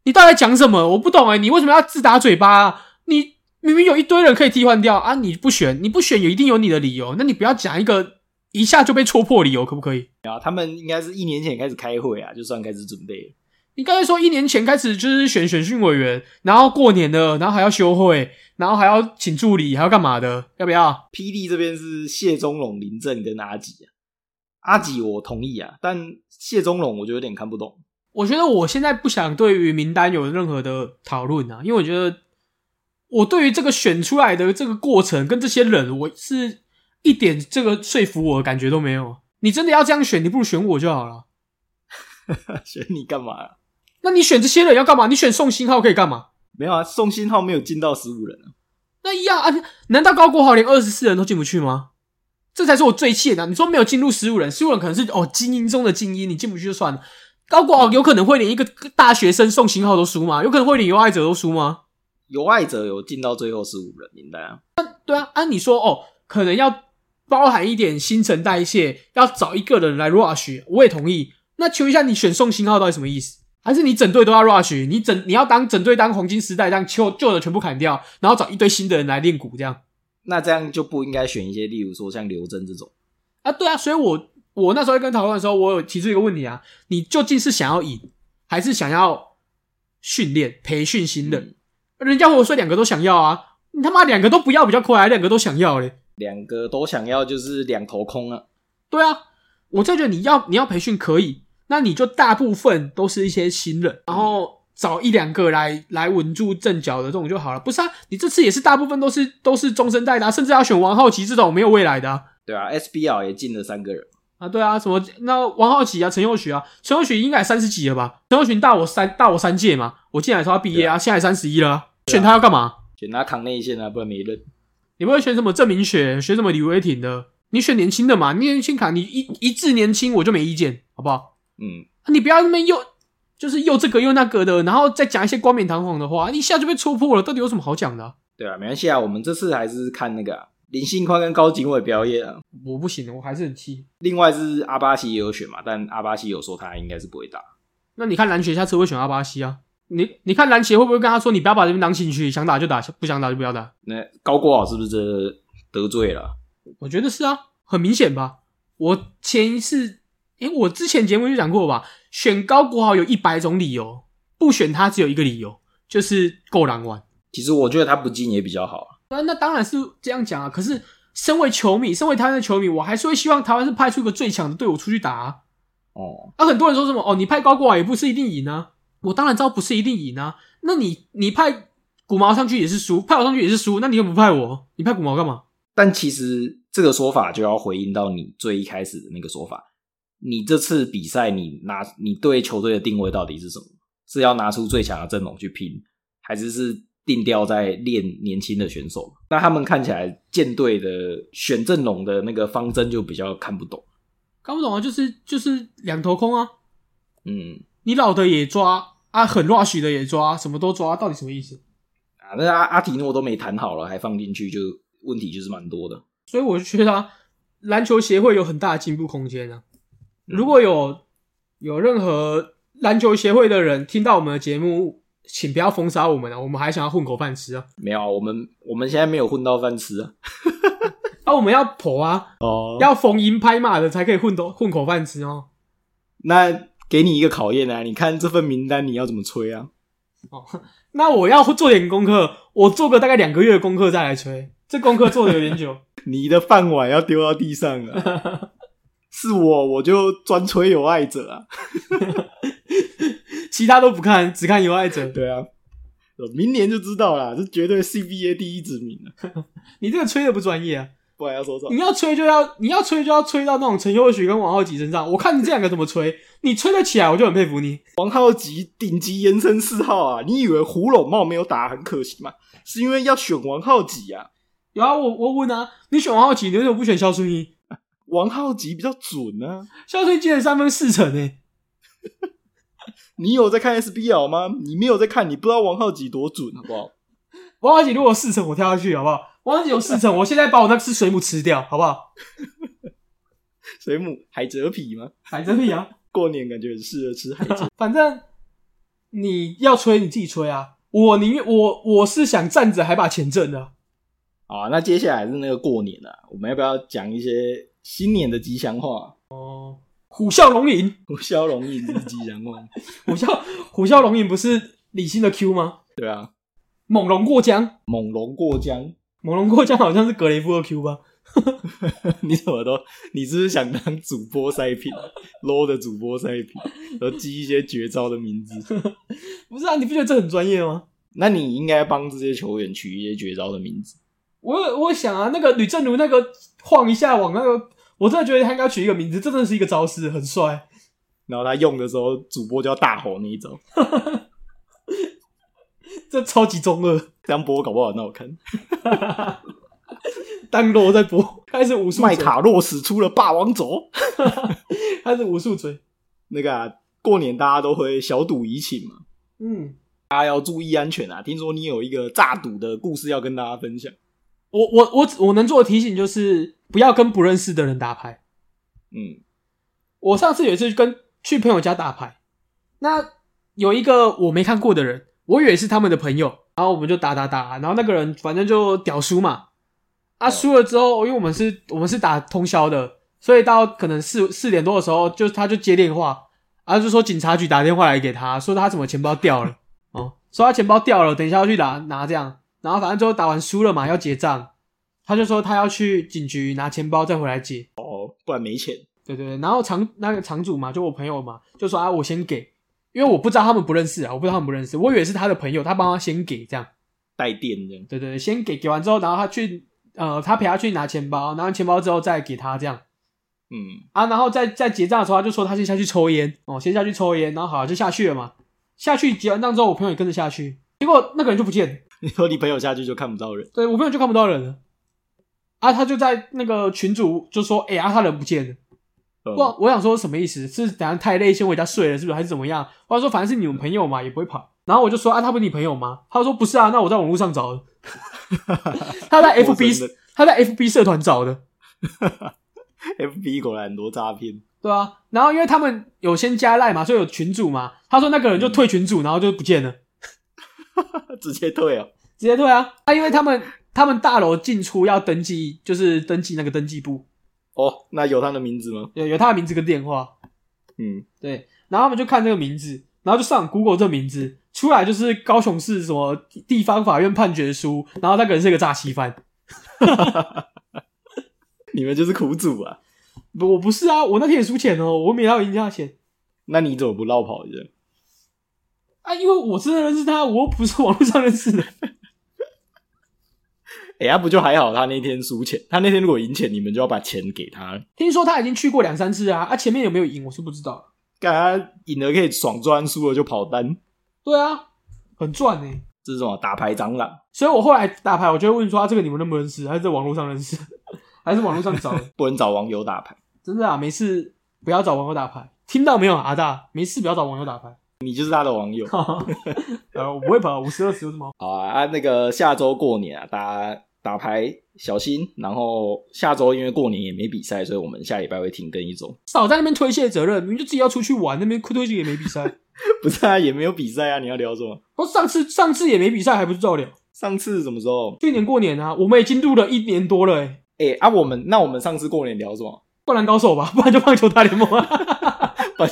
B: 你到底在讲什么？我不懂哎、你为什么要自打嘴巴、啊？你明明有一堆人可以替换掉啊，你不选，你不选有一定有你的理由，那你不要讲一个一下就被戳破理由，可不可以？
A: 然后啊他们应该是一年前开始开会啊，就算开始准备了。
B: 你刚才说一年前开始就是选选训委员，然后过年了，然后还要休会，然后还要请助理，还要干嘛的？要不要？
A: 霹雳这边是谢宗龙、林振跟阿吉啊，阿吉我同意啊，但谢宗龙我就有点看不懂。 (laughs)
B: 我觉得我现在不想对于名单有任何的讨论啊，因为我觉得我对于这个选出来的这个过程跟这些人，我是一点这个说服我的感觉都没有。你真的要这样选，你不如选我就好了。
A: 选你干嘛、啊？
B: 那你选这些人要干嘛？你选宋新浩可以干嘛？
A: 没有啊，宋新浩没有进到十五人啊。
B: 那一样啊？难道高国豪连二十四人都进不去吗？这才是我最气的、啊。你说没有进入十五人，十五人可能是哦精英中的精英，你进不去就算了。高国豪有可能会连一个大学生宋新浩都输吗？有可能会连尤爱哲都输吗？
A: 有爱者有进到最后十五人名单啊。
B: 对啊，按、啊、你说哦，可能要包含一点新陈代谢，要找一个人来 rush，我也同意。那求一下，你选宋新浩到底什么意思？还是你整队都要 rush？你整你要当整队当黄金时代，这样旧旧的全部砍掉，然后找一堆新的人来练鼓这样？
A: 那这样就不应该选一些，例如说像刘真这种
B: 啊，对啊。所以我我那时候跟讨论的时候，我有提出一个问题啊：你究竟是想要赢，还是想要训练培训新人？嗯、人家我说两个都想要啊，你他妈两个都不要比较快，啊两个都想要嘞，
A: 两个都想要就是两头空啊。
B: 对啊，我就觉得你要你要培训可以。那你就大部分都是一些新人，然后找一两个来来稳住阵脚的这种就好了。不是啊，你这次也是大部分都是都是中生代的、啊，甚至要选王浩奇这种没有未来的、啊。
A: 对啊，SBL 也进了三个人
B: 啊，对啊，什么那王浩奇啊，陈佑许啊，陈佑许应该三十几了吧？陈佑许大我三大我三届嘛，我进来时候他毕业啊，啊现在三十一了，选他要干嘛？
A: 选他扛内线啊，不然没人。
B: 你不会选什么郑明雪，选什么李维挺的？你选年轻的嘛，年轻卡你一一致年轻，我就没意见，好不好？
A: 嗯，
B: 啊你不要那么又就是又这个又那个的，然后再讲一些冠冕堂皇的话，啊一下就被戳破了。到底有什么好讲的、啊？
A: 对啊，没关系啊，我们这次还是看那个、啊、林信宽跟高景伟表演啊。
B: 我不行，我还是很气。
A: 另外是阿巴西也有选嘛，但阿巴西有说他应该是不会打。
B: 那你看篮协下次会选阿巴西啊？你你看篮协会不会跟他说，你不要把这边当兴趣，想打就打，不想打就不要打？
A: 那高国豪是不是得罪了？啊
B: 我觉得是啊，很明显吧。我前一次。诶、欸，我之前节目就讲过吧，选高国豪有一百种理由，不选他只有一个理由，就是够难玩。
A: 其实我觉得他不进也比较好啊。
B: 那那当然是这样讲啊。可是身为球迷，身为台湾的球迷，我还是会希望台湾是派出一个最强的队伍出去打、啊。
A: 哦，
B: 那、啊、很多人说什么哦，你派高国豪也不是一定赢啊。我当然知道不是一定赢啊。那你你派古毛上去也是输，派我上去也是输，那你又不派我，你派古毛干嘛？
A: 但其实这个说法就要回应到你最一开始的那个说法。你这次比赛，你拿你对球队的定位到底是什么？是要拿出最强的阵容去拼，还是是定调在练年轻的选手？那他们看起来舰队的选阵容的那个方针就比较看不懂，
B: 看不懂啊，就是就是两头空啊。
A: 嗯，
B: 你老的也抓啊，很 rush 的也抓，什么都抓，到底什么意思？
A: 啊，那阿阿提诺都没谈好了，还放进去就，就问题就是蛮多的。
B: 所以我就觉得、啊、篮球协会有很大的进步空间啊。如果有有任何篮球协会的人听到我们的节目，请不要封杀我们啊！我们还想要混口饭吃啊！
A: 没有，我们我们现在没有混到饭吃啊！
B: 啊，我们要破啊！
A: 哦，
B: 要逢迎拍马的才可以混到混口饭吃哦。
A: 那给你一个考验啊！你看这份名单你要怎么吹啊？
B: 哦，那我要做点功课，我做个大概两个月的功课再来吹。这功课做的有点久， (laughs)
A: 你的饭碗要丢到地上 (laughs) 了。是我，我就专吹有爱者啊，
B: 其他都不看，只看有爱者。
A: 对啊，明年就知道啦，这绝对 CBA 第一指名了。
B: 你这个吹的不专业啊，
A: 不然要说什么？
B: (laughs) 你要吹就要，你要吹就要吹到那种陈秀许跟王浩吉身上。我看你这两个怎么吹，你吹得起来，我就很佩服你。
A: 王浩吉顶级延伸四号啊，你以为胡拢茂没有打很可惜吗？是因为要选王浩吉啊。
B: 有啊，我我问啊，你选王浩吉，你为什么不选肖顺义？
A: 王浩吉比较准啊，
B: 肖顺进了三分四成诶、
A: 欸。你有在看 SBL 吗？你没有在看，你不知道王浩吉多准，好不好？ (laughs)
B: 王浩吉如果四成，我跳下去，好不好？王浩吉有四成，我现在把我那只水母吃掉，好不好？
A: 水母海蜇皮吗？
B: 海蜇皮啊，
A: 过年感觉很适合吃海蜇。
B: 啊反正你要吹你自己吹啊，我宁愿我我是想站着还把钱挣的。
A: 啊，那接下来是那个过年了、啊，我们要不要讲一些？新年的吉祥话 (laughs)
B: 哦，虎啸龙吟，
A: 虎啸龙吟是吉祥话。 (laughs)
B: 虎啸虎啸龙吟不是李欣的 Q 吗？
A: 对啊，
B: 猛龙过江，
A: 猛龙过江， (laughs)
B: 猛龙过江好像是格雷夫的 Q 吧？
A: 你怎么都，你是不是想当主播塞品 (laughs) low 的主播塞品，然后记一些绝招的名字？ (laughs)
B: 不是啊，你不觉得这很专业吗？
A: 那你应该帮这些球员取一些绝招的名字。
B: 我有我有想啊，那个吕正如那个晃一下往那个，我真的觉得他应该取一个名字，这真的是一个招式，很帅。
A: 然后他用的时候，主播就要大吼那一种，
B: 这超级中二，
A: 这样播搞不好很好看。
B: 当罗在播，开始武术
A: 麦
B: 嘴，
A: 卡洛使出了霸王肘，
B: 开始武术嘴。
A: (laughs) 那个、啊、过年大家都会小赌怡情嘛，
B: 嗯，
A: 大家要注意安全啊！听说你有一个诈赌的故事要跟大家分享，
B: 我我我我能做的提醒就是不要跟不认识的人打牌。
A: 嗯，
B: 我上次有一次跟去朋友家打牌，那有一个我没看过的人，我以为是他们的朋友，然后我们就打打打，然后那个人反正就屌输嘛，啊
A: 嗯
B: 输了之后，因为我们是我们是打通宵的，所以到可能四四点多的时候，就他就接电话，然后就说警察局打电话来给他，说他什么钱包掉了，哦，说他钱包掉了，等一下要去拿拿这样，然后反正最后打完输了嘛，要结账，他就说他要去警局拿钱包再回来结，
A: 不然没钱。
B: 对对对，然后厂那个厂主嘛，就我朋友嘛，就说啊，我先给，因为我不知道他们不认识啊，我不知道他们不认识，我以为是他的朋友，他帮他先给这样，
A: 带电这样，
B: 对对对，先给给完之后，然后他去呃，他陪他去拿钱包，拿完钱包之后再给他这样
A: 嗯，
B: 啊，然后在在结账的时候，他就说他先下去抽烟哦，先下去抽烟，然后好就下去了嘛，下去结完账之后，我朋友也跟着下去，结果那个人就不见了，
A: 你说你朋友下去就看不到人，
B: 对我朋友就看不到人了，啊，他就在那个群主就说，哎、啊，他人不见了。
A: 嗯
B: 我我想说什么意思？是等下太累先回家睡了，是不是？还是怎么样？或者说反正是你们朋友嘛，也不会跑。然后我就说啊，他不是你朋友吗？他说不是啊，那我在网络上找的。 (laughs) 他在
A: (laughs) 陌生
B: FB
A: 的
B: 他在 FB 社团找的，
A: FB 果然很多诈骗，
B: 对啊。然后因为他们有先加赖嘛，所以有群主嘛。他说那个人
A: 嗯
B: 就退群主，然后就不见了，
A: 直接退哦。
B: 直接退啊。啊，因为他们他们大楼进出要登记，就是登记那个登记簿，
A: 哦，那有他的名字吗？
B: 有有他的名字跟电话。
A: 嗯，
B: 对，然后他们就看这个名字，然后就上 Google 这名字出来，就是高雄市什么地方法院判决书，然后那个人是个诈欺犯。
A: 你们就是苦主啊。
B: 不，我不是啊，我那天也输钱哦，我没要赢家钱
A: 那你怎么不绕跑一下？
B: 啊，因为我真的认识他，我又不是网络上认识的。
A: 哎、他不就还好？他那天输钱，他那天如果赢钱，你们就要把钱给他了。
B: 听说他已经去过两三次啊，啊，前面有没有赢我是不知道。
A: 干他赢了可以爽赚，输了就跑单，
B: 对啊，很赚呢、
A: 这是什么打牌蟑螂？
B: 所以我后来打牌，我就会问说、啊、这个你们认不认识，还是在网络上认识， (laughs) 还是网络上找的？ (laughs)
A: 不能找网友打牌，
B: 真的啊，没事不要找网友打牌，听到没有啊阿大？没事不要找网友打牌。
A: 你就是他的网友。
B: (laughs) 呃，我不会跑，五十二十有什么好？
A: 好啊，啊那个下周过年啊，大家打牌小心。然后下周因为过年也没比赛，所以我们下礼拜会停更一周。 (laughs)
B: 少在那边推卸责任，明明就自己要出去玩，那边推卸也没比赛。
A: 不是啊，也没有比赛啊，你要聊什么？
B: 不，上次上次也没比赛，还不是照聊？
A: 上次什么时候？
B: 去年过年啊，我们已经录了一年多了、欸，
A: 哎、啊，我们那我们上次过年聊什么？ (laughs)
B: 灌篮高手吧，不然就棒球大联盟啊。 (laughs)
A: 不然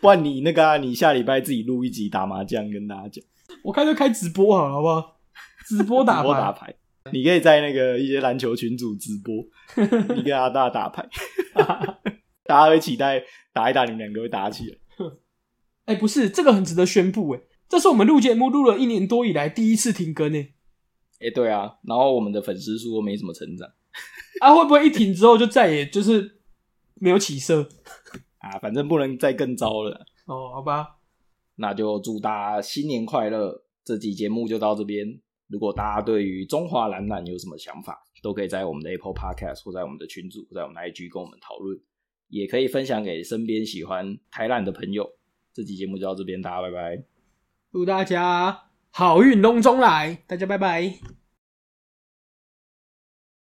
A: 不然你那个、啊，你下礼拜自己录一集打麻将跟大家讲，
B: 我开就开直播好了，好不好？直播打
A: 直播打
B: 牌，
A: 牌。你可以在那个一些篮球群组直播，你跟阿大打
B: (laughs)
A: 牌， (laughs) 大家会期待打一打，你们两个会打起来。
B: 哎、不是，这个很值得宣布、欸，哎，这是我们录节目录了一年多以来第一次停更呢、欸。
A: 哎、对啊，然后我们的粉丝数都没怎么成长
B: 啊，会不会一停之后就再也 (laughs) 就是没有起色？
A: 啊，反正不能再更糟了。
B: 哦，好吧，
A: 那就祝大家新年快乐！这期节目就到这边。如果大家对于中华蓝蓝有什么想法，都可以在我们的 Apple Podcast 或在我们的群组、或在我们的 IG 跟我们讨论，也可以分享给身边喜欢台烂的朋友。这期节目就到这边，大家拜拜。
B: 祝大家好运隆中来，大家拜拜。